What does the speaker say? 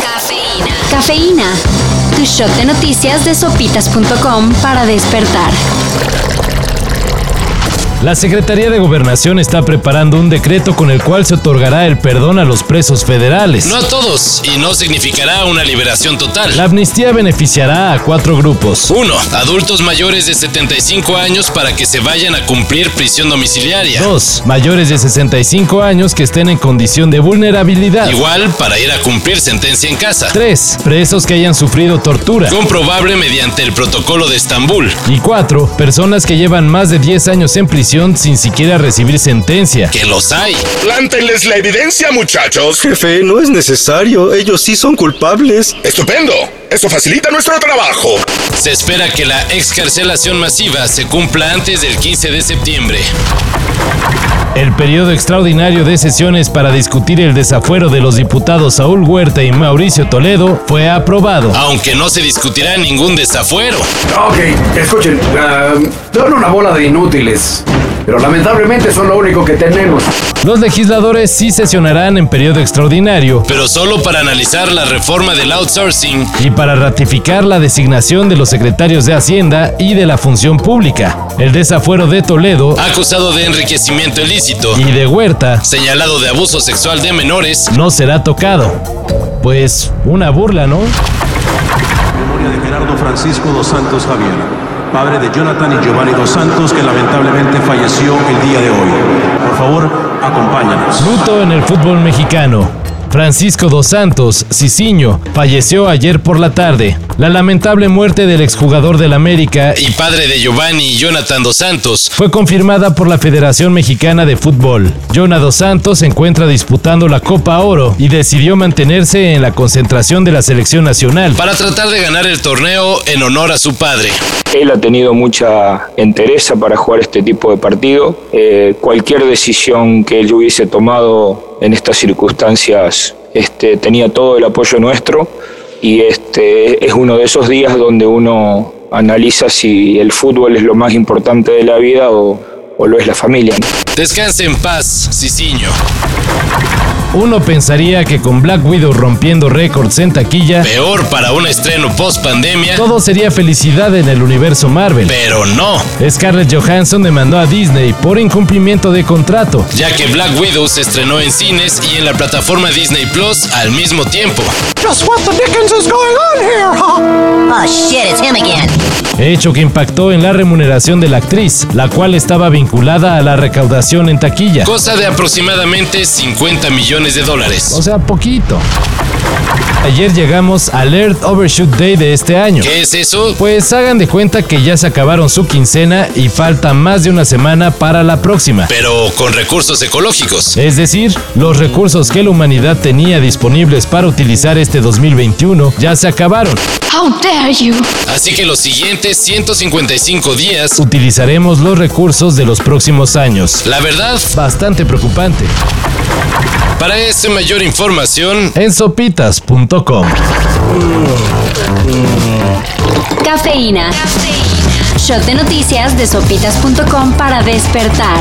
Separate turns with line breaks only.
Cafeína. Cafeína. Tu shot de noticias de sopitas.com para despertar.
La Secretaría de Gobernación está preparando un decreto con el cual se otorgará el perdón a los presos federales.
No a todos, y no significará una liberación total.
La amnistía beneficiará a cuatro grupos.
1. Adultos mayores de 75 años para que se vayan a cumplir prisión domiciliaria.
2. Mayores de 65 años que estén en condición de vulnerabilidad.
Igual para ir a cumplir sentencia en casa.
3. Presos que hayan sufrido tortura.
Comprobable mediante el protocolo de Estambul.
Y 4. Personas que llevan más de 10 años en prisión sin siquiera recibir sentencia.
¡Que los hay!
¡Plántenles la evidencia, muchachos!
Jefe, no es necesario. Ellos sí son culpables.
¡Estupendo! Eso facilita nuestro trabajo.
Se espera que la excarcelación masiva se cumpla antes del 15 de septiembre.
El periodo extraordinario de sesiones para discutir el desafuero de los diputados Saúl Huerta y Mauricio Toledo fue aprobado.
Aunque no se discutirá ningún desafuero.
Ok, escuchen, uh, son una bola de inútiles pero lamentablemente son lo único que tenemos.
Los legisladores sí sesionarán en periodo extraordinario,
pero solo para analizar la reforma del outsourcing
y para ratificar la designación de los secretarios de Hacienda y de la Función Pública. El desafuero de Toledo,
acusado de enriquecimiento ilícito,
y de Huerta,
señalado de abuso sexual de menores,
no será tocado. Pues una burla, ¿no?
Memoria de Gerardo Francisco dos Santos Javier padre de Jonathan y Giovanni dos Santos, que lamentablemente falleció el día de hoy. Por favor, acompáñanos.
Luto en el fútbol mexicano. Francisco dos Santos, Ciciño, falleció ayer por la tarde. La lamentable muerte del exjugador del América
y padre de Giovanni y Jonathan dos Santos
fue confirmada por la Federación Mexicana de Fútbol. Jonathan dos Santos se encuentra disputando la Copa Oro y decidió mantenerse en la concentración de la selección nacional
para tratar de ganar el torneo en honor a su padre.
Él ha tenido mucha entereza para jugar este tipo de partido. Eh, cualquier decisión que él hubiese tomado en estas circunstancias este, tenía todo el apoyo nuestro y este, es uno de esos días donde uno analiza si el fútbol es lo más importante de la vida o, o lo es la familia.
Descanse en paz, Ciciño.
Uno pensaría que con Black Widow rompiendo récords en taquilla,
peor para un estreno post pandemia,
todo sería felicidad en el universo Marvel.
Pero no.
Scarlett Johansson demandó a Disney por incumplimiento de contrato,
ya que Black Widow se estrenó en cines y en la plataforma Disney Plus al mismo tiempo.
Just what the dickens is going on here, huh?
Oh shit, it's him again.
Hecho que impactó en la remuneración de la actriz, la cual estaba vinculada a la recaudación en taquilla.
Cosa de aproximadamente 50 millones de dólares.
O sea, poquito. Ayer llegamos al Earth Overshoot Day de este año.
¿Qué es eso?
Pues hagan de cuenta que ya se acabaron su quincena y falta más de una semana para la próxima.
Pero con recursos ecológicos.
Es decir, los recursos que la humanidad tenía disponibles para utilizar este 2021 ya se acabaron.
How dare you.
Así que los siguientes 155 días
utilizaremos los recursos de los próximos años.
La verdad,
bastante preocupante.
Para esa mayor información
en sopitas.com.
Cafeína. Shot de noticias de sopitas.com para despertar.